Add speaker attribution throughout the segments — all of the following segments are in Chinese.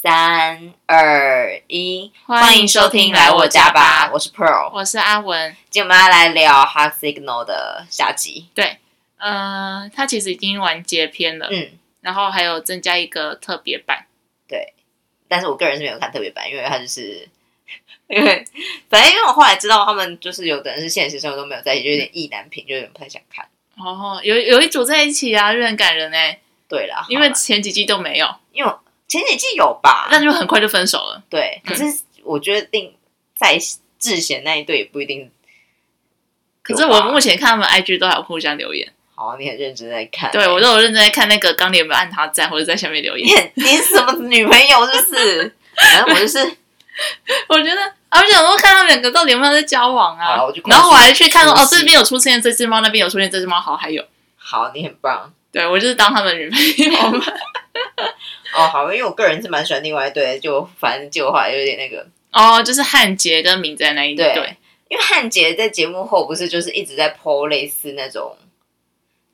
Speaker 1: 三二一，
Speaker 2: 欢迎收听来我家吧
Speaker 1: 我是 Pearl。
Speaker 2: 我是阿文。
Speaker 1: 今天我们要来聊《Hard Signal》的下集。
Speaker 2: 呃，它其实已经完结篇了，
Speaker 1: 嗯，
Speaker 2: 然后还有增加一个特别版。
Speaker 1: 但是我个人是没有看特别版，因为它就是 因为反正因为我后来知道他们就是有的人是现实生活中没有在一起，就有点意难平，就有点不太想看。
Speaker 2: 哦，有有一组在一起啊，就很感人哎、
Speaker 1: 对啦，
Speaker 2: 因为
Speaker 1: 好啦
Speaker 2: 前几季都没有，
Speaker 1: 因为我前几季有吧，
Speaker 2: 但就很快就分手了。
Speaker 1: 对，可是我觉得定在智贤那一对也不一定有吧。
Speaker 2: 可是我目前看他们 IG 都还有互相留言，
Speaker 1: 好啊，你很认真在看，
Speaker 2: 对我都有认真在看那个刚你有没有按他赞或者在下面留
Speaker 1: 你
Speaker 2: 言。
Speaker 1: 很 你是什么女朋友是不是？ 反正我就是。
Speaker 2: 我觉得，啊我想说看他们两个到底有没有在交往
Speaker 1: 好
Speaker 2: 啊
Speaker 1: 啦我就？
Speaker 2: 然后我还去看说，
Speaker 1: 出
Speaker 2: 哦，
Speaker 1: 戏
Speaker 2: 这边有出现这只猫，那边有出现这只猫，好，还有，
Speaker 1: 好，你很棒
Speaker 2: 对我就是当他们女 朋友嘛。
Speaker 1: 哦，好，因为我个人是蛮喜欢另外一对，就反正就后来有点那个，
Speaker 2: 哦，就是汉杰跟明在那一
Speaker 1: 对
Speaker 2: 对。
Speaker 1: 因为汉杰在节目后不是就是一直在 PO 类似那种，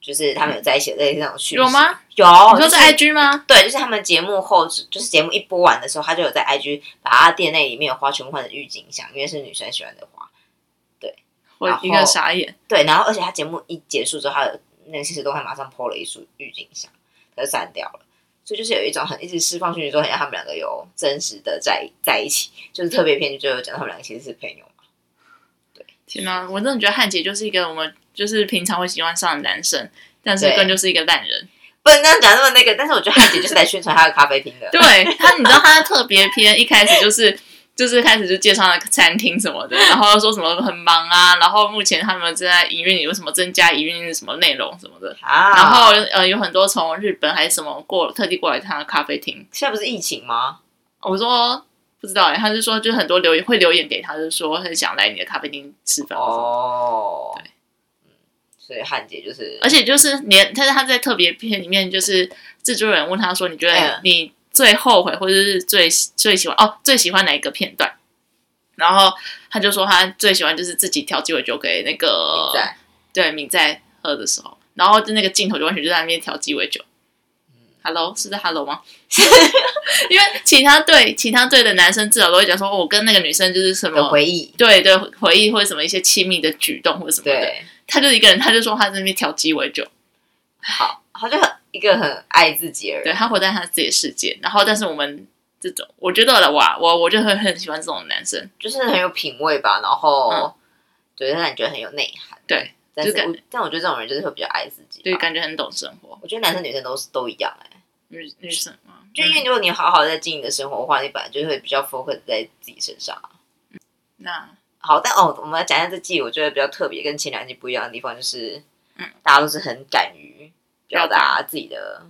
Speaker 1: 就是他们有在一起的类似那种讯息
Speaker 2: 有？吗？
Speaker 1: 有，
Speaker 2: 你
Speaker 1: 就
Speaker 2: 说
Speaker 1: 是
Speaker 2: 在 IG 吗？
Speaker 1: 对，就是他们节目后，就是节目一播完的时候，他就有在 IG 把他店内里面的花全部换成郁金香，因为是女生喜欢的花。
Speaker 2: 我
Speaker 1: 然后
Speaker 2: 一个傻眼。
Speaker 1: 对，然后而且他节目一结束之后，他有那个现实动态马上 PO 了一束郁金香，可是删掉了。所以就是有一种很一直释放讯息说，很像他们两个有真实的在在一起，就是特别篇就有讲到他们两个其实是朋友嘛。
Speaker 2: 天哪、我真的觉得汉杰就是一个我们就是平常会喜欢上的男生，但是
Speaker 1: 对
Speaker 2: 更就是一个烂人。
Speaker 1: 不能这样讲那么那个，但是我觉得汉姐就是在宣传她的咖啡厅的。
Speaker 2: 对他，你知道他特别篇一开始就是。就是开始就介绍了餐厅什么的，然后说什么很忙啊，然后目前他们正在营运有什么增加营运什么内容什么的，
Speaker 1: 啊，
Speaker 2: 然后呃有很多从日本还是什么过特地过来他的咖啡厅，
Speaker 1: 现在不是疫情吗？
Speaker 2: 我说不知道哎、他是说就很多留言会留言给他，就是说很想来你的咖啡厅吃饭什么的
Speaker 1: 哦，对，所以汉姐就是，
Speaker 2: 而且就是连，但是他在特别篇里面，就是制作人问他说：“你觉得
Speaker 1: 嗯
Speaker 2: 你最后悔，或者是最最喜欢哦，最喜欢哪一个片段？”然后他就说他最喜欢就是自己调鸡尾酒给那个
Speaker 1: 在
Speaker 2: 对敏在喝的时候，然后就那个镜头就完全就在那边调鸡尾酒。Hello，是在
Speaker 1: 嗯
Speaker 2: Hello 吗？ 因为其他队其他队的男生至少都会讲说，哦我跟那个女生就是什
Speaker 1: 的
Speaker 2: 么
Speaker 1: 回忆，
Speaker 2: 对对回忆或者什么一些亲密的举动或者什么的，
Speaker 1: 对，
Speaker 2: 他就一个人，他就说他在那边调鸡尾酒。
Speaker 1: 好，她就很一个很爱自己的
Speaker 2: 对
Speaker 1: 人，
Speaker 2: 他活在他自己的世界，然后但是我们这种，我觉得了哇，我我就很很喜欢这种男生，
Speaker 1: 就是很有品味吧，然后、
Speaker 2: 嗯
Speaker 1: 对，让你觉得很有内涵，
Speaker 2: 对，
Speaker 1: 但是
Speaker 2: 就感
Speaker 1: 我但我觉得这种人就是会比较爱自己吧，
Speaker 2: 对，感觉很懂生活。
Speaker 1: 我觉得男生女生都是都一样哎、
Speaker 2: 女女生嘛，
Speaker 1: 就因为如果你好好在经营你的生活的话，你本来就会比较 focus 在自己身上啊。
Speaker 2: 嗯那
Speaker 1: 好，但哦，我们来讲一下这季，我觉得比较特别，跟前两季不一样的地方就是，
Speaker 2: 嗯
Speaker 1: 大家都是很敢于表达自己的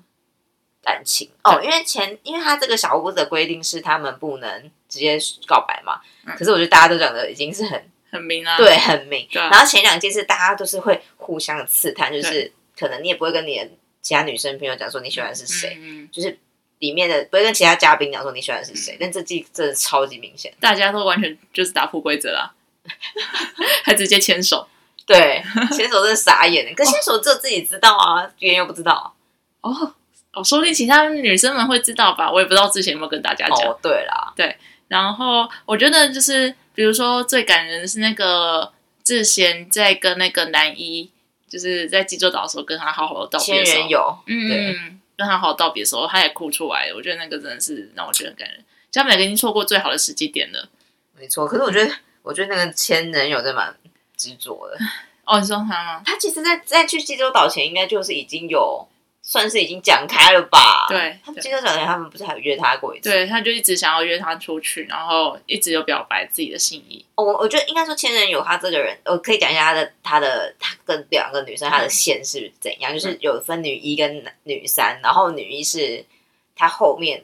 Speaker 1: 感情哦。因为前，因为他这个小屋子的规定是他们不能直接告白嘛，
Speaker 2: 嗯
Speaker 1: 可是我觉得大家都讲的已经是很
Speaker 2: 很明啊，
Speaker 1: 对，很明。
Speaker 2: 对啊
Speaker 1: 然后前两季是大家都是会互相刺探，就是可能你也不会跟你的其他女生朋友讲说你喜欢是谁，
Speaker 2: 嗯，嗯
Speaker 1: 就是里面的不会跟其他嘉宾讲说你喜欢是谁。但这季真的超级明显，
Speaker 2: 大家都完全就是打破规则啦， 还直接牵手
Speaker 1: 对，牵手真的傻眼欸了。可牵手只有自己知道啊，别人又不知道。
Speaker 2: 哦。哦，说不定其他女生们会知道吧，我也不知道之前有没有跟大家讲。
Speaker 1: 哦，对啦，
Speaker 2: 然后我觉得就是，比如说最感人的是那个智贤在跟那个男一，就是在济州岛的时候跟他好好的道
Speaker 1: 千
Speaker 2: 别的时候
Speaker 1: 人，游，对
Speaker 2: 嗯，跟他好好道别的时候，他也哭出来了。我觉得那个真的是让我觉得很感人。就他们两个已经错过最好的时机点了。
Speaker 1: 没错。可是我觉得，我觉得那个千人游真的蛮执 着的。
Speaker 2: 哦，你说他吗？
Speaker 1: 他其实在，在去济州岛前，应该就是已经有。算是已经讲开了吧？
Speaker 2: 对
Speaker 1: 他们
Speaker 2: 对
Speaker 1: 济州岛前，他们不是还有约他过一次？
Speaker 2: 对，他就一直想要约他出去，然后一直有表白自己的心意。
Speaker 1: 哦我我觉得应该说千人有他这个人，我可以讲一下他的他的他跟两个女生
Speaker 2: 嗯
Speaker 1: 他的线是怎样，就是有分女一跟男女三，然后女一是他后面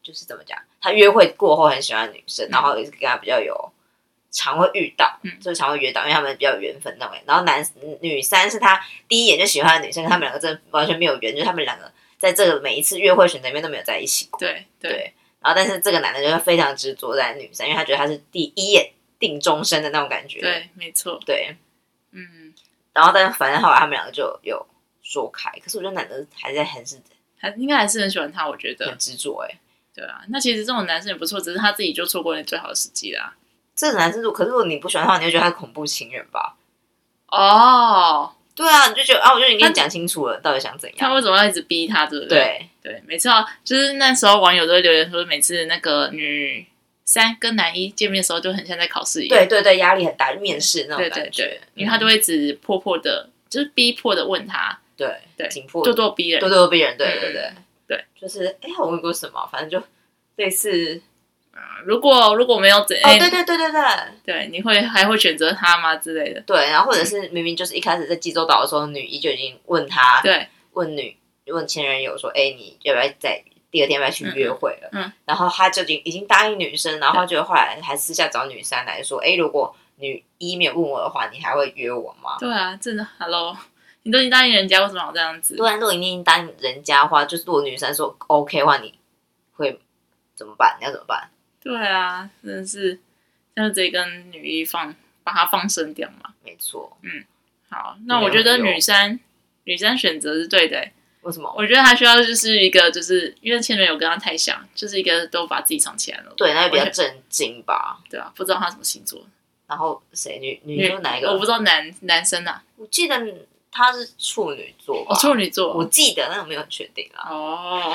Speaker 1: 就是怎么讲，他约会过后很喜欢女生，
Speaker 2: 嗯
Speaker 1: 然后也是跟他比较有常会遇到，
Speaker 2: 嗯
Speaker 1: 就是常会约到，因为他们比较有缘分那种。然后男女三是他第一眼就喜欢的女生，他们两个真的完全没有缘，就是他们两个在这个每一次约会选择里面都没有在一起过。
Speaker 2: 对对，
Speaker 1: 对，然后但是这个男的就是非常执着在女生，因为他觉得她是第一眼定终身的那种感觉。
Speaker 2: 对，没错。
Speaker 1: 对
Speaker 2: 嗯，
Speaker 1: 然后但是反正后来他们两个就有说开，可是我觉得男的还在很是
Speaker 2: 还应该还是很喜欢他，我觉得
Speaker 1: 很。执着哎、
Speaker 2: 对啊，那其实这种男生也不错，只是他自己就错过了最好的时机啦。
Speaker 1: 这个男生如果可是如果你不喜欢的话，你会觉得他是恐怖情人吧？
Speaker 2: 哦，
Speaker 1: 对啊，你就觉得啊，我就已经跟
Speaker 2: 他
Speaker 1: 你讲清楚了，到底想怎
Speaker 2: 他
Speaker 1: 样？
Speaker 2: 为什么要一直逼他，对不对？
Speaker 1: 对，
Speaker 2: 对，每次要就是那时候网友都会留言说，每次那个女三跟男一见面的时候，就很像在考试一样。
Speaker 1: 对对对，压力很大，面试那
Speaker 2: 对
Speaker 1: 种
Speaker 2: 对
Speaker 1: 感
Speaker 2: 对
Speaker 1: 觉，，
Speaker 2: 因为他就会一直迫迫的，就是逼迫的问他，
Speaker 1: 对
Speaker 2: 对
Speaker 1: 紧迫
Speaker 2: 咄咄逼人。
Speaker 1: 咄咄逼人，对
Speaker 2: 嗯
Speaker 1: 对对
Speaker 2: 对，
Speaker 1: 就是哎，我问过什么？反正就类似
Speaker 2: 啊如果如果没有怎，
Speaker 1: 哦，
Speaker 2: 哎
Speaker 1: 对对对对对
Speaker 2: 对，你会还会选择他吗之类的？
Speaker 1: 对，然后或者是明明就是一开始在济州岛的时候，女一就已经问他，
Speaker 2: 对，
Speaker 1: 问女问前任友说，哎，你要不要在第二天要不要去约会了？
Speaker 2: 嗯嗯
Speaker 1: 然后他就已经已经答应女生，然后就后来还私下找女三来说，哎，如果女一没有问我的话，你还会约我吗？
Speaker 2: 对啊，真的，Hello，你都已经答应人家，为什么要这样子？
Speaker 1: 对啊，如果你已经答应人家的话，就是如果女生说 OK 的话，你会怎么办？你要怎么办？
Speaker 2: 对啊，真的是，那就直接跟女一放，把她放生掉嘛。
Speaker 1: 没错，
Speaker 2: 好，那我觉得
Speaker 1: 没有
Speaker 2: 女三女三选择是对的欸、
Speaker 1: 为什么？
Speaker 2: 我觉得她需要就是一个，就是因为前女友跟她太像，就是一个都把自己藏起来了，
Speaker 1: 对，那就比
Speaker 2: 我
Speaker 1: 较
Speaker 2: 觉
Speaker 1: 震惊吧。
Speaker 2: 对啊，不知道她什么星座，
Speaker 1: 然后谁女女说哪一个？
Speaker 2: 我不知道男男生啊，
Speaker 1: 我记得她是处女座吧
Speaker 2: 哦，？处女座
Speaker 1: 我，记得，但我没有很确定啊。
Speaker 2: 哦，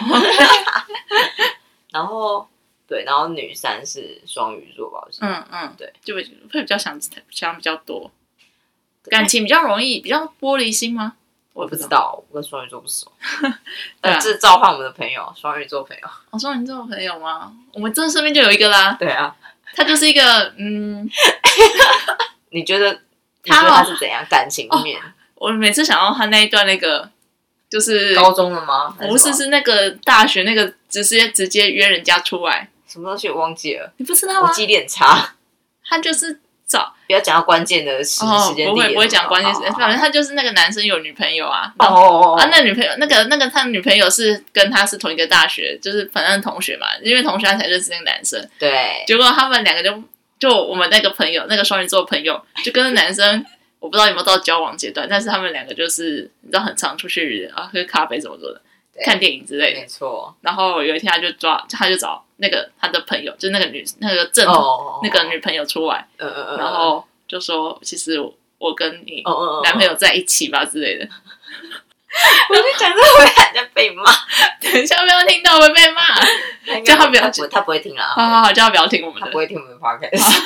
Speaker 1: 然后对，然后女三是双鱼座吧？我记得
Speaker 2: 嗯嗯，
Speaker 1: 对，
Speaker 2: 就会会比较想想比较多，感情比较容易，比较玻璃心吗？
Speaker 1: 我
Speaker 2: 我
Speaker 1: 不
Speaker 2: 不
Speaker 1: 知
Speaker 2: 知
Speaker 1: 道，我跟双鱼座不熟。
Speaker 2: 对啊
Speaker 1: 但这召唤我们的朋友，双鱼座朋友。
Speaker 2: 我说你这种朋友吗？我们这身边就有一个啦，
Speaker 1: 对啊，
Speaker 2: 他就是一个嗯，
Speaker 1: 你觉得你
Speaker 2: 他
Speaker 1: 觉
Speaker 2: 哦
Speaker 1: 得他是怎样感情面？
Speaker 2: 我每次想到他那一段那个就是
Speaker 1: 高中的吗？还
Speaker 2: 不是
Speaker 1: 什么
Speaker 2: 是那个大学那个直接直接约人家出来，
Speaker 1: 什么东西我忘记了，
Speaker 2: 你不知道
Speaker 1: 我
Speaker 2: 吗？
Speaker 1: 记忆力很差。
Speaker 2: 他就是找
Speaker 1: 不要讲到关键的时
Speaker 2: 哦，
Speaker 1: 时间
Speaker 2: 不
Speaker 1: 地点啊
Speaker 2: 会
Speaker 1: 了，
Speaker 2: 不会讲关键时间，
Speaker 1: 好
Speaker 2: 反正他就是那个男生有女朋友啊。
Speaker 1: 好哦哦哦哦
Speaker 2: 啊，那女朋友，那个那个他女朋友是跟他是同一个大学，就是反正同学嘛，因为同学他才认识那个男生。
Speaker 1: 对，
Speaker 2: 结果他们两个就就我们那个朋友，那个双鱼座朋友，就跟男生，我不知道有没有到交往阶段，但是他们两个就是你知道很常出去啊喝咖啡什么什么的，
Speaker 1: 对
Speaker 2: 看电影之类
Speaker 1: 没
Speaker 2: 的。
Speaker 1: 错。
Speaker 2: 然后有一天他就抓，他就找那个他的朋友，就是那个女那个正、
Speaker 1: 哦哦，哦
Speaker 2: 嗯那个女，朋友出来，
Speaker 1: 嗯嗯嗯，
Speaker 2: 然后就说其实我我跟你
Speaker 1: 哦哦，哦
Speaker 2: 男朋友在一起吧之类的。
Speaker 1: 嗯 我就讲这个会人家被骂，
Speaker 2: 等一下不要听到我会被骂，叫他不要
Speaker 1: 他不他不会听啊啦，
Speaker 2: 好好好，叫他不要听我们
Speaker 1: 他
Speaker 2: 的
Speaker 1: 不。会听我们的 podcast，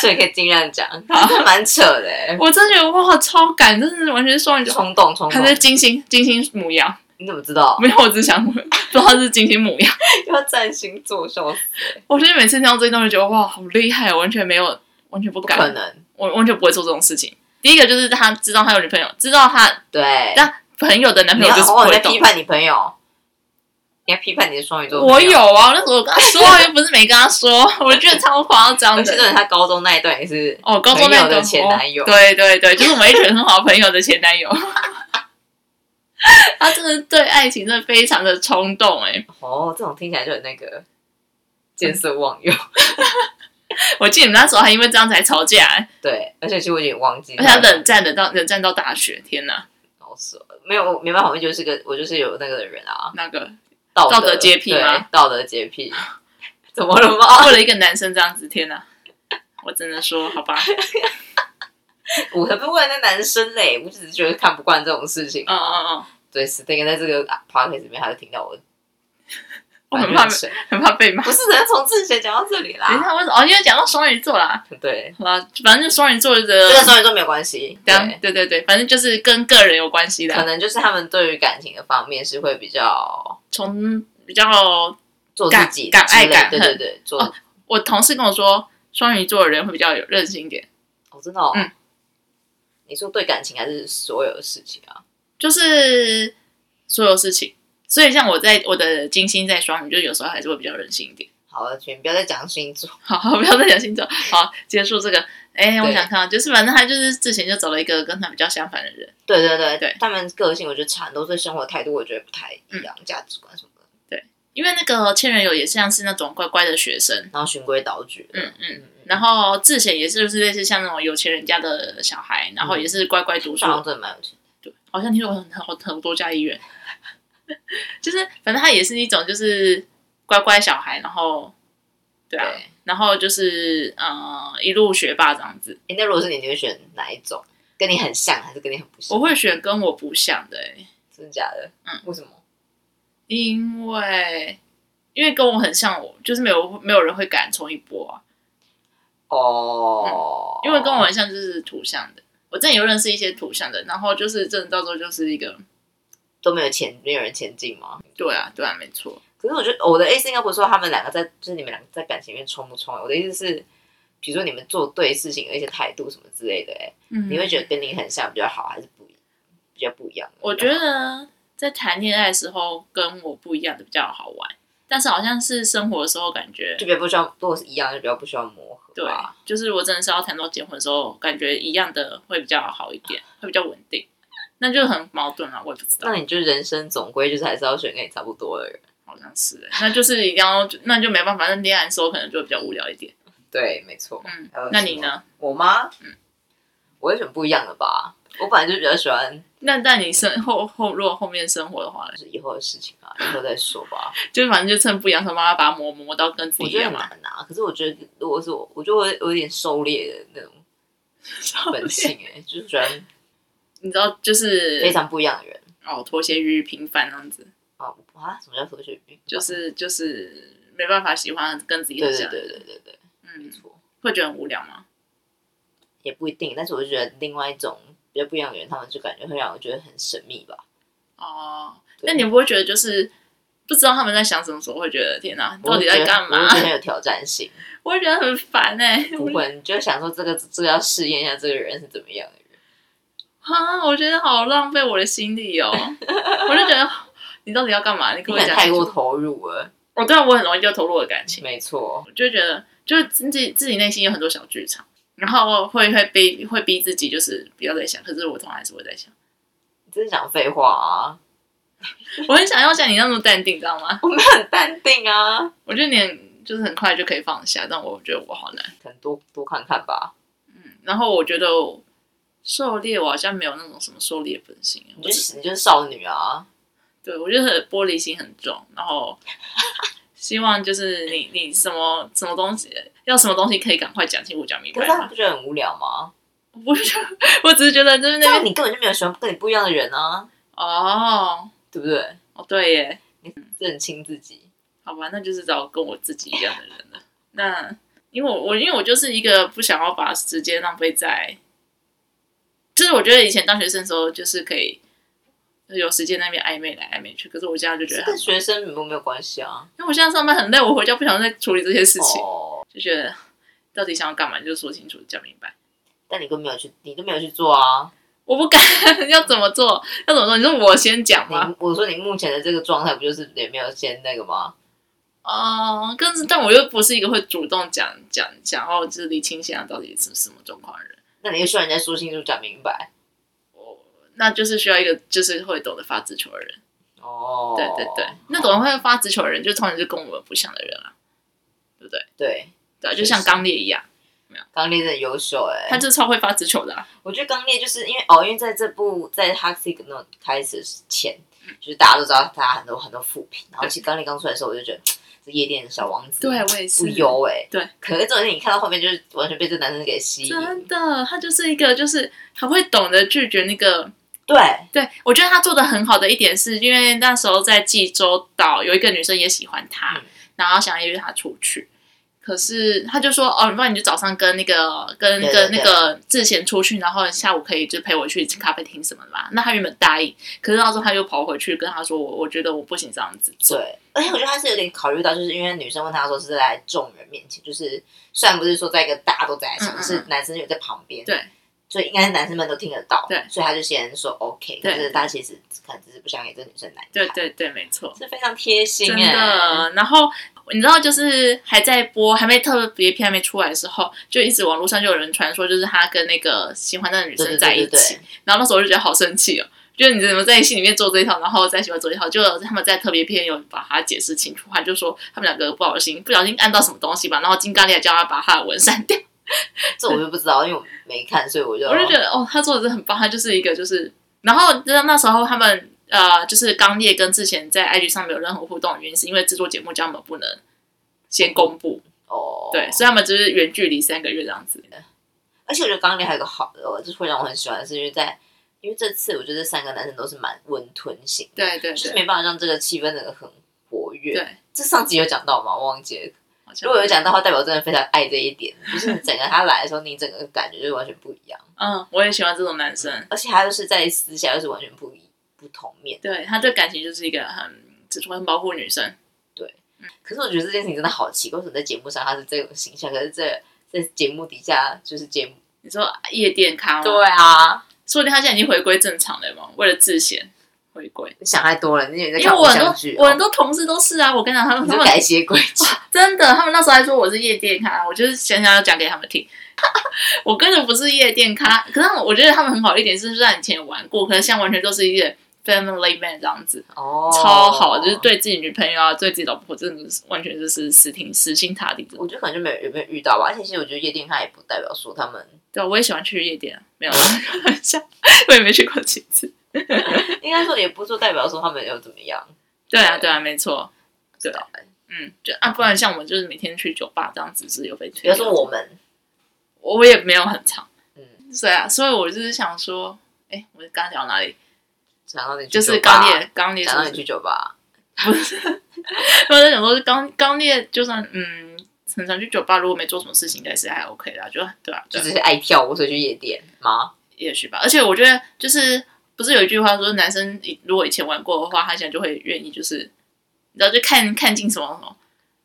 Speaker 1: 所以可以尽量讲，这蛮扯的欸，
Speaker 2: 我真觉得哇，超感，真是完全是双鱼座，
Speaker 1: 冲动冲
Speaker 2: 他
Speaker 1: 动
Speaker 2: 在，金星金星母羊。
Speaker 1: 你怎么知道？
Speaker 2: 没有，我只想不知道他是金星母羊。
Speaker 1: 要占星座，笑死，
Speaker 2: 我觉得每次听到这些东西，觉得哇，好厉害，啊完全没有，完全不
Speaker 1: 不
Speaker 2: 敢，
Speaker 1: 可能，
Speaker 2: 我完全不会做这种事情。第一个就是他知道他有女朋友，知道他
Speaker 1: 对，
Speaker 2: 但朋友的男
Speaker 1: 你
Speaker 2: 朋
Speaker 1: 要
Speaker 2: 友就是不
Speaker 1: 偶尔在
Speaker 2: 会
Speaker 1: 批
Speaker 2: 动。
Speaker 1: 判你朋友，你要批判你的双鱼座，
Speaker 2: 我，有啊，那时候我跟他说，又不是没跟他说，我觉得超夸张
Speaker 1: 而 且真
Speaker 2: 的。
Speaker 1: 的，他高中那一段也是，
Speaker 2: 哦，高中
Speaker 1: 朋
Speaker 2: 那
Speaker 1: 友
Speaker 2: 个
Speaker 1: 的前男友
Speaker 2: 哦对对 对，就是我们一群很好的朋友的前男友。 他真的对爱情真的非常的冲动哎、
Speaker 1: 哦，这种听起来就很那个见色忘友，
Speaker 2: 我记得你们那时候还因为这样子还吵架、欸，
Speaker 1: 对，而且其实我有点忘记，
Speaker 2: 而且他冷战的到冷战到大学，天哪！
Speaker 1: 好扯，没有，我没办法，我就是个我就是有那个的人啊，
Speaker 2: 那个
Speaker 1: 道
Speaker 2: 道德洁癖吗
Speaker 1: 对道德洁 癖，怎么了吗？
Speaker 2: 为了一个男生这样子，天哪！我只能说， 好吧，
Speaker 1: 我才不是为了那男生嘞，我只是觉得看不惯这种事情。
Speaker 2: 嗯嗯嗯，
Speaker 1: 对，史蒂根在这个 podcast 里面，他就听到我
Speaker 2: 我
Speaker 1: 反
Speaker 2: 很怕
Speaker 1: 认
Speaker 2: 被
Speaker 1: 谁，
Speaker 2: 很怕被 骂。
Speaker 1: 不是啊人家从之前讲到这里
Speaker 2: 等一
Speaker 1: 啦。
Speaker 2: 下，为什么？哦，因为讲到双鱼座啦，
Speaker 1: 对，
Speaker 2: 好吧，反正双鱼座
Speaker 1: 这个
Speaker 2: 的，
Speaker 1: 双鱼座没有关系，
Speaker 2: 对
Speaker 1: 对，
Speaker 2: 对对对，反正就是跟个人有关系
Speaker 1: 可
Speaker 2: 的，
Speaker 1: 能就是他们对于感情的方面是会比较
Speaker 2: 从比较
Speaker 1: 做自
Speaker 2: 敢
Speaker 1: 己
Speaker 2: 敢
Speaker 1: 之
Speaker 2: 爱
Speaker 1: 类
Speaker 2: 敢
Speaker 1: 对
Speaker 2: 恨
Speaker 1: 对对，做
Speaker 2: 哦我同事跟我说，双鱼座的人会比较有韧性一点，
Speaker 1: 哦，真的哦
Speaker 2: 嗯。
Speaker 1: 你说对感情还是所有的事情啊？
Speaker 2: 就是所有事情。所以像我在我的金星在双鱼，就有时候还是会比较任性一点。
Speaker 1: 好了，请不要再讲星座。
Speaker 2: 好，不要再讲星座。好，结束这个。哎、我
Speaker 1: 对
Speaker 2: 想看，就是反正他就是之前就找了一个跟他比较相反的人。
Speaker 1: 对对对
Speaker 2: 对
Speaker 1: 他们个性我觉得差很多，对生活态度我觉得不太一样，价值观什么的，
Speaker 2: 因为那个千人友也像是那种乖乖的学生，
Speaker 1: 然后循规蹈矩的。
Speaker 2: 嗯嗯，
Speaker 1: 嗯，
Speaker 2: 然后志贤也是就是类似像那种有钱人家的小
Speaker 1: 嗯
Speaker 2: 孩，然后也是乖乖读书，
Speaker 1: 上真的蛮有钱的。
Speaker 2: 好像听说很很很多家医院， 就是反正他也是一种就是乖乖小孩，然后对啊，
Speaker 1: 对
Speaker 2: 然后就是呃一路学霸这样子。
Speaker 1: 诶那如果是你，你会选哪一种？跟你很像，还是跟你很不像
Speaker 2: 我？会选跟我不像的、欸，
Speaker 1: 真的假的？
Speaker 2: 嗯，
Speaker 1: 为什么？
Speaker 2: 因为因为跟我很像，我就是没有没有人会敢冲一波啊，
Speaker 1: 哦，
Speaker 2: 因为跟我很像就是土象的。我之前有认识一些土象的，然后就是真的到时候就是一个
Speaker 1: 都没有前没有人前进吗？
Speaker 2: 对啊对啊，没错，
Speaker 1: 可是我觉得哦我的意思应该不是说他们两个在，就是你们两个在感情里面冲不冲？啊我的意思是，比如说你们做对事情的一些态度什么之类的、哎、
Speaker 2: 嗯
Speaker 1: 你会觉得跟你很像比较好，还是不一比较不一样？
Speaker 2: 我觉得在谈恋爱的时候跟我不一样的比较好玩，但是好像是生活的时候感觉
Speaker 1: 就比较不需要，如果是一样，就比较不需要磨合。啊
Speaker 2: 对，就是我真的是要谈到结婚的时候，感觉一样的会比较好一点，会比较稳定，那就很矛盾啊，我也不知道
Speaker 1: 那，你就人生总归就是还是要选跟你差不多的人。
Speaker 2: 好像是欸，那就是一定要，那就没办法，那恋爱的时候可能就比较无聊一点，
Speaker 1: 对，没错。
Speaker 2: 嗯
Speaker 1: 还有，
Speaker 2: 那
Speaker 1: 什么
Speaker 2: 你呢？
Speaker 1: 我吗？嗯，我会选不一样的吧。我本来就比较喜欢，
Speaker 2: 那在你生后后如果后面生活的话呢
Speaker 1: 就，是以后的事情啊，以后再说 吧。
Speaker 2: 就反正就趁不一样的时候，慢慢把它磨磨到跟自
Speaker 1: 我
Speaker 2: 己
Speaker 1: 觉
Speaker 2: 一
Speaker 1: 得
Speaker 2: 样
Speaker 1: 很
Speaker 2: 嘛。
Speaker 1: 难啊，可是我觉得如果是我，我就会有点狩猎的那种本性哎、就是喜欢
Speaker 2: 你知道，就是
Speaker 1: 非常不一样的人。
Speaker 2: 哦，妥协于平凡那样子。
Speaker 1: 啊啊！什么叫脱序？
Speaker 2: 就是就是没办法喜欢跟自己
Speaker 1: 对
Speaker 2: 很
Speaker 1: 对
Speaker 2: 像，
Speaker 1: 对对对对，没
Speaker 2: 嗯，
Speaker 1: 错，
Speaker 2: 会觉得很无聊吗？
Speaker 1: 也不一定。但是我就觉得另外一种比较不一样的人，他们就感觉会让我觉得很神秘吧。
Speaker 2: 哦，
Speaker 1: 对
Speaker 2: 那你不会觉得就是不知道他们在想什么时候会觉得天哪、
Speaker 1: 我
Speaker 2: 到
Speaker 1: 会
Speaker 2: 底
Speaker 1: 觉
Speaker 2: 在
Speaker 1: 得
Speaker 2: 干
Speaker 1: 我
Speaker 2: 嘛
Speaker 1: 会？觉得很有挑战 性。
Speaker 2: 我会觉得很烦哎、
Speaker 1: 不会，你就会想说这个这个要试验一下这个人是怎么 样的人。
Speaker 2: 啊，我觉得好浪费我的心力哦，我就觉得你到底要干嘛？你
Speaker 1: 你
Speaker 2: 跟我
Speaker 1: 可能
Speaker 2: 讲
Speaker 1: 太
Speaker 2: 清
Speaker 1: 过
Speaker 2: 楚。
Speaker 1: 投入了，
Speaker 2: 我对啊，我很容易就投入我的感情，
Speaker 1: 没错，
Speaker 2: 我就会觉得就是自己自己内心有很多小剧场，然后会会逼会逼自己就是不要再想，可是我通常还是会在想，
Speaker 1: 你真的讲废话啊！
Speaker 2: 我很想要像你那么淡定，你知道吗？
Speaker 1: 我们很淡定啊，
Speaker 2: 我觉得你很就是很快就可以放下，但我觉得我好难。
Speaker 1: 可能多多看看吧。
Speaker 2: 然后我觉得狩猎我好像没有那种什么狩猎本性，
Speaker 1: 你
Speaker 2: 我
Speaker 1: 就
Speaker 2: 只
Speaker 1: 是你就是少女啊，
Speaker 2: 对我觉得很玻璃心很重，然后希望就是你你什么什么东西要什么东西可以赶快讲清楚讲明
Speaker 1: 可
Speaker 2: 白
Speaker 1: 是啊他们
Speaker 2: 嘛。
Speaker 1: 不觉得很无聊吗？
Speaker 2: 我不是，我只是觉得就是
Speaker 1: 这
Speaker 2: 那
Speaker 1: 样
Speaker 2: 边
Speaker 1: 你根本就没有喜欢跟你不一样的人啊，
Speaker 2: 哦
Speaker 1: 对不对？
Speaker 2: 哦对耶，
Speaker 1: 认清自己，
Speaker 2: 好吧，那就是找跟我自己一样的人了。那因为我我因为我就是一个不想要把时间浪费在，就是我觉得以前当学生的时候就是可以有时间那边暧昧来暧昧去，可是我现在就觉
Speaker 1: 这
Speaker 2: 得，
Speaker 1: 跟学生没有没有关系啊。
Speaker 2: 因为我现在上班很累，我回家不想再处理这些事情，
Speaker 1: 哦，
Speaker 2: 就觉得到底想要干嘛就说清楚讲明白。
Speaker 1: 但你都没有去，你都没有去做啊。
Speaker 2: 我不敢， 要怎么做？要怎么做？你说我先讲
Speaker 1: 你
Speaker 2: 吗？
Speaker 1: 我说你目前的这个状态，不就是也没有先那个吗？
Speaker 2: 哦、但是但我又不是一个会主动讲讲讲，哦，就是理清现在到底是什么状况的人。
Speaker 1: 那你就需要人家说清楚、讲明白。
Speaker 2: 我那就是需要一个就是会懂得发直球的人。
Speaker 1: 哦，
Speaker 2: 对对对，那懂得会发直球的人，就通常就跟我们不像的人啊，
Speaker 1: 对，
Speaker 2: 对啊，
Speaker 1: 确
Speaker 2: 就
Speaker 1: 实
Speaker 2: 像刚烈一样，
Speaker 1: 刚烈真的优秀哎、
Speaker 2: 他就是超会发直球的、啊。
Speaker 1: 我觉得刚烈就是因为哦，因为在这部在《h a x i g 那开始前，
Speaker 2: 嗯
Speaker 1: 就是大家都知道他很多很多负评，然后其实刚烈刚出来的时候，我就觉得 这夜店小王子
Speaker 2: 对我也
Speaker 1: 不
Speaker 2: 是，
Speaker 1: 优哎、
Speaker 2: 对，
Speaker 1: 可是这种事你看到后面就是完全被这男生给吸引，
Speaker 2: 真的，他就是一个就是很会懂得拒绝那个。
Speaker 1: 对，
Speaker 2: 对，我觉得他做的很好的一点是，因为那时候在济州岛有一个女生也喜欢他，
Speaker 1: 嗯
Speaker 2: 然后想要约他出去，可是他就说哦，不然你就早上跟那个跟
Speaker 1: 对
Speaker 2: 跟
Speaker 1: 对对
Speaker 2: 那个志贤出去，然后下午可以就陪我去咖啡厅什么的嘛。那他原本答应，可是到时候他又跑回去跟他说我我觉得我不行这样子做，
Speaker 1: 对，而且我觉得他是有点考虑到，就是因为女生问他说是在众人面前，就是虽然不是说在一个大家都在场，
Speaker 2: 嗯嗯嗯
Speaker 1: 是男生有在旁边，
Speaker 2: 对，
Speaker 1: 所以应该是男生们都听得到，
Speaker 2: 对
Speaker 1: 所以他就先说 OK，可
Speaker 2: 对
Speaker 1: 是他其实可能只是不想给这女生难
Speaker 2: 对
Speaker 1: 堪，
Speaker 2: 对对，没错，
Speaker 1: 是非常贴心
Speaker 2: 真
Speaker 1: 哎、
Speaker 2: 的。然后你知道，就是还在播还没特别篇还没出来的时候，就一直网络上就有人传说，就是他跟那个喜欢的女
Speaker 1: 对
Speaker 2: 生
Speaker 1: 对
Speaker 2: 在一
Speaker 1: 对
Speaker 2: 起，
Speaker 1: 对对，
Speaker 2: 然后那时候我就觉得好生气哦，就是你怎么在戏里面做这一套，然后在喜欢做一套，就他们在特别篇有把它解释清楚，他就说他们两个不小心不小心按到什么东西吧，然后金刚力也叫他把他的文删掉，
Speaker 1: 这我就不知道，因为我
Speaker 2: 啊
Speaker 1: 没看，所以我就
Speaker 2: 我就觉得哦，他做的真的很棒，他就是一个就是，然后那那时候他们呃，就是刚烈跟之前在 IG 上没有任何互动的原因，是因为制作节目叫他们不能先公布，
Speaker 1: 哦，
Speaker 2: 对，所以他们就是远距离三个月这样子。
Speaker 1: 而且我觉得刚刚还有一个好的，我就是会让我很喜欢的是，因为在因为这次我觉得这三个男生都是蛮温吞型的，
Speaker 2: 对对
Speaker 1: 就是
Speaker 2: 对
Speaker 1: 没办法让这个气氛整个很活跃。
Speaker 2: 对，
Speaker 1: 这上集有讲到吗？我忘记了。
Speaker 2: 好
Speaker 1: 如
Speaker 2: 像
Speaker 1: 果有讲到的话，代表我真的非常爱这一点，就是你整个他来的时候，你整个感觉就是完全不一样，
Speaker 2: 嗯，我也喜欢这种男生，
Speaker 1: 而且他就是在私下又是完全不一不同面。
Speaker 2: 对他对感情就是一个很只是很保护女生，
Speaker 1: 可是我觉得这件事情真的好奇怪，为什么在节目上他是这种形象，可是这在节目底下就是节目。
Speaker 2: 你说夜店咖吗？，
Speaker 1: 啊，
Speaker 2: 说不定他现在已经回归正常了嘛，为了自显回归。
Speaker 1: 你想太多了，你以为你在
Speaker 2: 因为
Speaker 1: 看
Speaker 2: 我
Speaker 1: 偶
Speaker 2: 很
Speaker 1: 像
Speaker 2: 多
Speaker 1: 剧哦、
Speaker 2: 我很多同事都是啊，我跟你讲，他们
Speaker 1: 你
Speaker 2: 他
Speaker 1: 是
Speaker 2: 们
Speaker 1: 改邪归正。
Speaker 2: 真的，他们那时候还说我是夜店咖，我就是想想要讲给他们听。 我根本不是夜店咖，可是他们我觉得他们很好的一点是，虽然以前有玩过，可是现在完全都是一些 family man 这样子，
Speaker 1: 哦，
Speaker 2: 超好，就是。对自己女朋友啊，对自己老婆，真的是完全就是死挺死心塌地的。
Speaker 1: 我觉得可能就没有有没有遇到吧，而且其实我觉得夜店它也不代表说他们，
Speaker 2: 对啊，我也喜欢去夜店啊，没有，开玩笑， 我也没去过几次。
Speaker 1: 应该说也不是说代表说他们有怎么样，
Speaker 2: 对啊，对啊，没错，对
Speaker 1: 吧？
Speaker 2: 嗯，就啊，不然像我们就是每天去酒吧这样子是有被
Speaker 1: 比
Speaker 2: 推掉
Speaker 1: 如
Speaker 2: 的。
Speaker 1: 说我们，
Speaker 2: 我也没有很长，
Speaker 1: 嗯，
Speaker 2: 对啊，所以我就是想说，哎，我刚刚讲到哪里？
Speaker 1: 想到你去
Speaker 2: 就是
Speaker 1: 酒吧
Speaker 2: 刚，烈，刚烈是
Speaker 1: 想
Speaker 2: 不
Speaker 1: 到
Speaker 2: 是
Speaker 1: 你，去酒吧，
Speaker 2: 我在想说刚刚烈，就算嗯，很常去酒吧，如果没做什么事情，应该是还 OK 啦，就对啊，
Speaker 1: 就
Speaker 2: 对啊
Speaker 1: 只是爱跳舞所以去夜店吗？
Speaker 2: 也许吧。而且我觉得就是不是有一句话说，男生以如果以前玩过的话，他现在就会愿意就是。你知道，就看看尽什么什么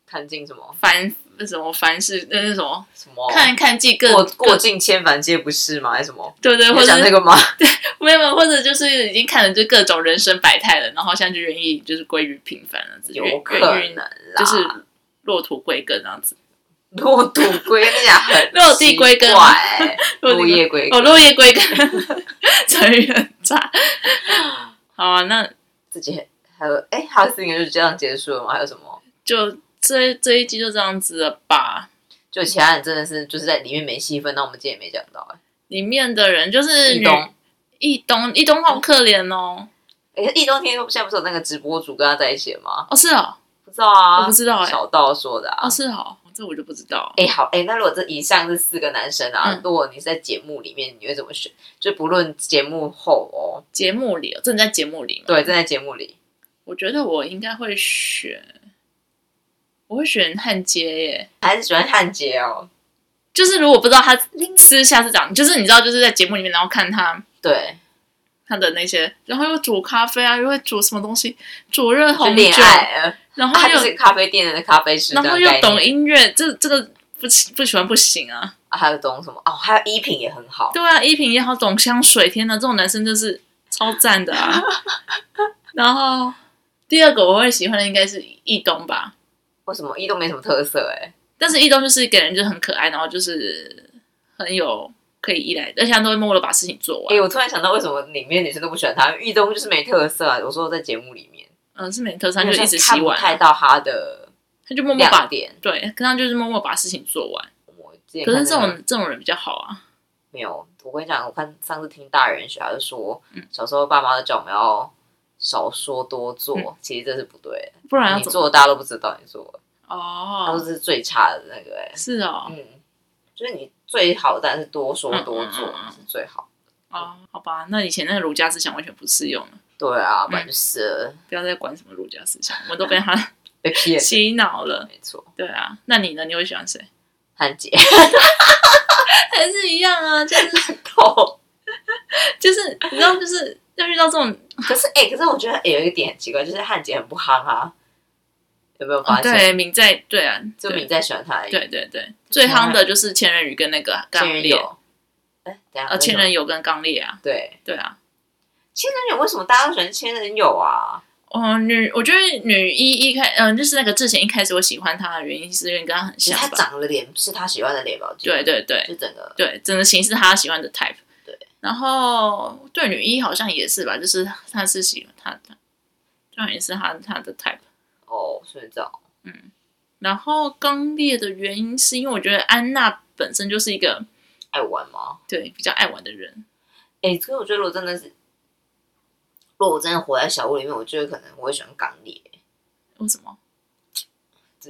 Speaker 1: 看尽什么
Speaker 2: 凡那什么凡事呃那是什么
Speaker 1: 什么？
Speaker 2: 看看尽各
Speaker 1: 哦过
Speaker 2: 各
Speaker 1: 过尽千帆皆不是吗？还是什么？
Speaker 2: 对对，
Speaker 1: 你
Speaker 2: 或
Speaker 1: 在
Speaker 2: 者
Speaker 1: 讲
Speaker 2: 是
Speaker 1: 这个吗？
Speaker 2: 没有，或者就是已经看了就各种人生百态了，然后现在就愿意就是归于平凡啊了，
Speaker 1: 有
Speaker 2: 愿
Speaker 1: 可
Speaker 2: 愿意
Speaker 1: 能啦，
Speaker 2: 就是落土归根这样子，
Speaker 1: 落土归根 呀，很
Speaker 2: 落地归根
Speaker 1: 奇怪欸
Speaker 2: 落地
Speaker 1: 落叶归
Speaker 2: 哦，
Speaker 1: 根，
Speaker 2: 落叶归根， 成语很差。好啊，那
Speaker 1: 自己很还有哎，还有四个就这样结束了吗？还有什么？
Speaker 2: 就这这一集就这样子了吧。
Speaker 1: 就其他人真的是就是在里面没戏份，那我们今天也没讲到哎。
Speaker 2: 里面的人就是
Speaker 1: 易
Speaker 2: 女
Speaker 1: 东，
Speaker 2: 一东，一东好可怜哦。
Speaker 1: 哎，易东天现在不是有那个直播主跟他在一起了吗？
Speaker 2: 哦，是哦，
Speaker 1: 不知道啊，
Speaker 2: 我不知道哎
Speaker 1: 小道说的啊
Speaker 2: 哦。是哦，这我就不知道。
Speaker 1: 哎、好，哎、那如果这以上这四个男生啊，
Speaker 2: 嗯
Speaker 1: 如果你是在节目里面，你会怎么选？就不论节目后哦，
Speaker 2: 节目里哦，正在节目里嘛。
Speaker 1: 对，正在节目里，
Speaker 2: 我觉得我应该会选，我会选汉街耶。
Speaker 1: 还是喜欢汉杰哦。
Speaker 2: 就是如果不知道他私下是长，就是你知道，就是在节目里面，然后看他
Speaker 1: 对，
Speaker 2: 他的那些，然后又煮咖啡啊，又会煮什么东西，煮热
Speaker 1: 就
Speaker 2: 红
Speaker 1: 恋
Speaker 2: 酒，
Speaker 1: 爱，呃
Speaker 2: 然后
Speaker 1: 他
Speaker 2: 又、
Speaker 1: 就是咖啡店的咖啡师这
Speaker 2: 然
Speaker 1: 样
Speaker 2: 后
Speaker 1: 的概
Speaker 2: 又
Speaker 1: 念，
Speaker 2: 懂音乐，这这个不不喜欢不行啊。
Speaker 1: 啊，还有懂什么？哦，还有衣品也很好，
Speaker 2: 对啊，依萍也好，懂香水，天呐，这种男生就是超赞的 啊。然后第二个我会喜欢的应该是易东吧，
Speaker 1: 为什么一都没什么特色、哎，
Speaker 2: 但是易东就是给人就很可爱，然后就是很有可以依赖，而且他都会默默的把事情做完。
Speaker 1: 哎，我突然想到，为什么里面女生都不喜欢他？玉东就是没特色啊。我说在节目里面，
Speaker 2: 嗯、是美特斯他
Speaker 1: 好
Speaker 2: 就
Speaker 1: 像
Speaker 2: 一直
Speaker 1: 看
Speaker 2: 洗
Speaker 1: 不
Speaker 2: 碗啊，
Speaker 1: 太到他的
Speaker 2: 他就默默
Speaker 1: 亮
Speaker 2: 把
Speaker 1: 点。
Speaker 2: 对，跟他就是默默把事情做完。
Speaker 1: 我之前
Speaker 2: 可是
Speaker 1: 看
Speaker 2: 这
Speaker 1: 那个
Speaker 2: 种这种人比较好啊。
Speaker 1: 没有，我跟你讲，我看上次听大人学，他就说，
Speaker 2: 嗯
Speaker 1: 小时候爸妈都叫我们要少说多做，
Speaker 2: 嗯
Speaker 1: 其实这是不对的。
Speaker 2: 不然要
Speaker 1: 你
Speaker 2: 怎么？
Speaker 1: 做的大家都不知道你做了，他说
Speaker 2: 哦，
Speaker 1: 这是最差的那个、欸，
Speaker 2: 是哦，
Speaker 1: 嗯，就是你最好，但是多说多做
Speaker 2: 嗯嗯嗯嗯
Speaker 1: 是最好。
Speaker 2: 哦，好吧，那以前那个儒家思想完全不适用了，
Speaker 1: 对
Speaker 2: 嗯
Speaker 1: 啊，不然就是了、
Speaker 2: 不要再管什么儒家思想，我们都被他
Speaker 1: 被骗，
Speaker 2: 洗脑了。
Speaker 1: 没错，
Speaker 2: 对啊，那你呢？你会喜欢谁？
Speaker 1: 汉 姐
Speaker 2: 还是一样啊，就是
Speaker 1: 痛。
Speaker 2: 就是，你知道，就是要遇到这种，
Speaker 1: 可是哎、欸可是我觉得、欸有一个点很奇怪，就是汉姐很不憨啊，有没有
Speaker 2: 哦
Speaker 1: 发现？
Speaker 2: 对，明在对啊，
Speaker 1: 就你
Speaker 2: 对
Speaker 1: 在喜欢他而已，
Speaker 2: 对对对，最夯的就是千人鱼跟那个
Speaker 1: 前
Speaker 2: 刚
Speaker 1: 任
Speaker 2: 烈，
Speaker 1: 有，哎、等一下，
Speaker 2: 呃，千人游跟刚烈啊，
Speaker 1: 对。
Speaker 2: 对啊。
Speaker 1: 千人友为什么大家都喜欢千人友啊？
Speaker 2: 哦，女，我觉得女一一开，嗯、就是那个之前一开始我喜欢她的原因，是因为跟她很
Speaker 1: 其实
Speaker 2: 像
Speaker 1: 他
Speaker 2: 吧。
Speaker 1: 长的脸是他喜欢的脸吧？我记得
Speaker 2: 对，对对
Speaker 1: 就整个
Speaker 2: 对，整个型是她喜欢的 type。
Speaker 1: 对，
Speaker 2: 然后对女一好像也是吧，就是她是喜欢她的，当然也是她她的 type。
Speaker 1: 哦，所以这样
Speaker 2: 然后刚烈的原因是因为我觉得安娜本身就是一个
Speaker 1: 爱玩吗？
Speaker 2: 对比较爱玩的人，
Speaker 1: 哎、所以我觉得如果真的是，如如果我真的活在小屋里面，我觉得可能我会喜欢刚烈，
Speaker 2: 为什么？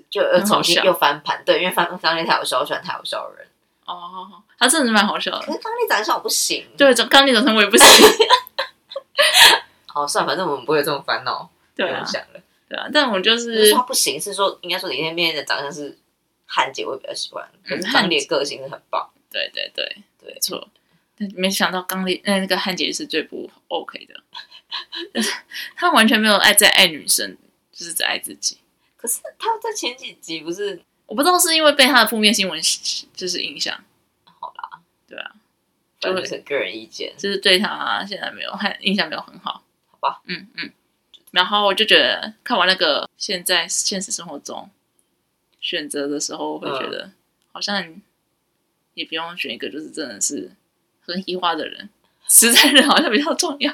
Speaker 1: 就又
Speaker 2: 很好
Speaker 1: 重新
Speaker 2: 笑
Speaker 1: 又翻盘。对，因为翻刚烈太好笑，我喜欢太好笑的人。
Speaker 2: 哦，他真的是蛮好笑的。
Speaker 1: 可是刚烈长得像我不行。，
Speaker 2: 对，总刚那种生我也不 行。
Speaker 1: 好，哦算了，反正我们不会有这种烦恼。
Speaker 2: 对
Speaker 1: 不用
Speaker 2: 啊，
Speaker 1: 想了。
Speaker 2: 对啊，但我就
Speaker 1: 不是
Speaker 2: 是
Speaker 1: 说他不行，是说应该说李天面的长相是汉姐，我比较喜欢。可是
Speaker 2: 嗯
Speaker 1: 张烈个性是很棒。
Speaker 2: 对对对
Speaker 1: 对
Speaker 2: 没错。但没想到刚烈那那个汉姐是最不 OK 的，他完全没有爱在爱女生，就是只爱自己。
Speaker 1: 可是他在前几集不是
Speaker 2: 我不知道是因为被他的负面新闻就是影响，
Speaker 1: 好啦，
Speaker 2: 对啊，
Speaker 1: 反正是个人意见，
Speaker 2: 就是对他现在没有还印象没有很好，
Speaker 1: 好吧？
Speaker 2: 嗯嗯。然后我就觉得看完那个现在现实生活中选择的时候，我会
Speaker 1: 嗯
Speaker 2: 觉得好像也不用选一个就是真的是很异化的人，实在人好像比较重要。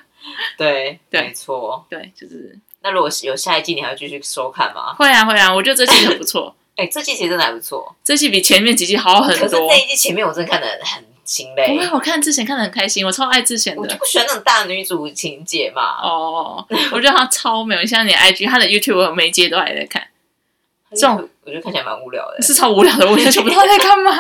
Speaker 1: 对，
Speaker 2: 对
Speaker 1: 没错。
Speaker 2: 对，就是
Speaker 1: 那如果有下一季，你还要继续收看吗？
Speaker 2: 会啊会啊，我觉得这季很不错，
Speaker 1: 哎、这季其实真的还不错，
Speaker 2: 这季比前面几季好很
Speaker 1: 可是
Speaker 2: 多
Speaker 1: 这。一季前面我真的看的很心累
Speaker 2: 不，会，我看之前看的很开心，我超爱之前
Speaker 1: 我就
Speaker 2: 的。
Speaker 1: 不喜欢那种大女主情节嘛。
Speaker 2: 哦，我觉得他超美，像你的 IG，他的 YouTube 我每集都还在看。这种
Speaker 1: 我觉得看起来蛮无聊的、
Speaker 2: 是超无聊的，我完全不知道在干 嘛。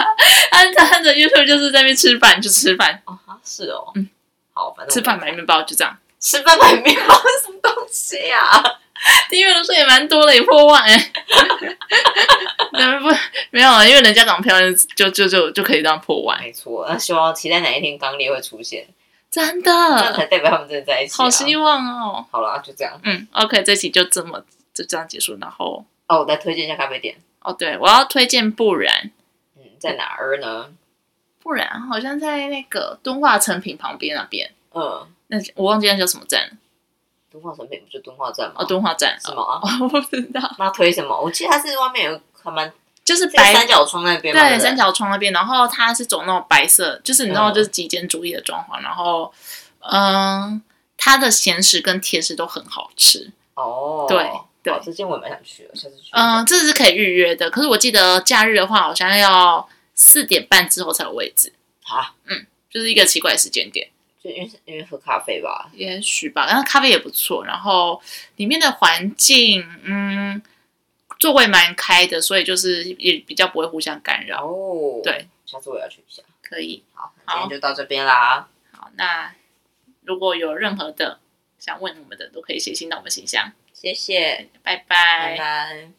Speaker 2: 按着按着 YouTube 就是在那边吃饭，就吃饭，
Speaker 1: 哦，啊是哦，
Speaker 2: 嗯，
Speaker 1: 好，反正我
Speaker 2: 吃饭
Speaker 1: 没
Speaker 2: 买
Speaker 1: 看
Speaker 2: 面包，就这样。
Speaker 1: 吃饭买面包是什么东西啊？
Speaker 2: 订阅人数也蛮多的，也破万哎、欸。 那不没有啊，因为人家长得漂亮，就就就就可以当破万，
Speaker 1: 没错，那希望期待哪一天刚烈会出现，
Speaker 2: 真
Speaker 1: 这样才
Speaker 2: 的，
Speaker 1: 代表他们真的在一起、啊。
Speaker 2: 嗯好希望哦。
Speaker 1: 好啦，就这样。
Speaker 2: 嗯，OK，这期就这么就这样结束。然后
Speaker 1: 哦，我来推荐一下咖啡店，
Speaker 2: 哦，对，我要推荐不然
Speaker 1: 嗯，在哪儿呢？
Speaker 2: 不然，好像在那个敦化成品旁边那边，
Speaker 1: 嗯，
Speaker 2: 那我忘记那叫什么站了
Speaker 1: 敦化成品不就敦化站吗？
Speaker 2: 哦，敦化站
Speaker 1: 是
Speaker 2: 哦，
Speaker 1: 吗？啊
Speaker 2: 我不知道，
Speaker 1: 那推什么？我记得它是外面有还蛮
Speaker 2: 就是
Speaker 1: 这个
Speaker 2: 白
Speaker 1: 三角窗那边嘛，
Speaker 2: 对，
Speaker 1: 不
Speaker 2: 三角窗那边，然后它是走那种白色，就是你知道，
Speaker 1: 嗯
Speaker 2: 就是极简主义的装潢，然后，嗯，它的咸食跟甜食都很好吃，
Speaker 1: 哦，
Speaker 2: 对对
Speaker 1: 好这间我也蛮想去的，下次去。
Speaker 2: 嗯，，这是可以预约的，可是我记得假日的话，好像要四点半之后才有位置，嗯
Speaker 1: 好，
Speaker 2: 就是一个奇怪的时间点，
Speaker 1: 就因为因为喝咖啡吧，
Speaker 2: 也许吧。然后咖啡也不错，然后里面的环境，嗯，座位蛮开的，所以就是也比较不会互相干扰，
Speaker 1: 哦，
Speaker 2: 对，
Speaker 1: 下次我也要去一下。
Speaker 2: 可以。
Speaker 1: 好，
Speaker 2: 好
Speaker 1: 今天就到这边啦。
Speaker 2: 好，那如果有任何的想问我们的，都可以写信到我们信箱。
Speaker 1: 谢谢，
Speaker 2: 拜
Speaker 1: 拜
Speaker 2: 拜。
Speaker 1: 拜。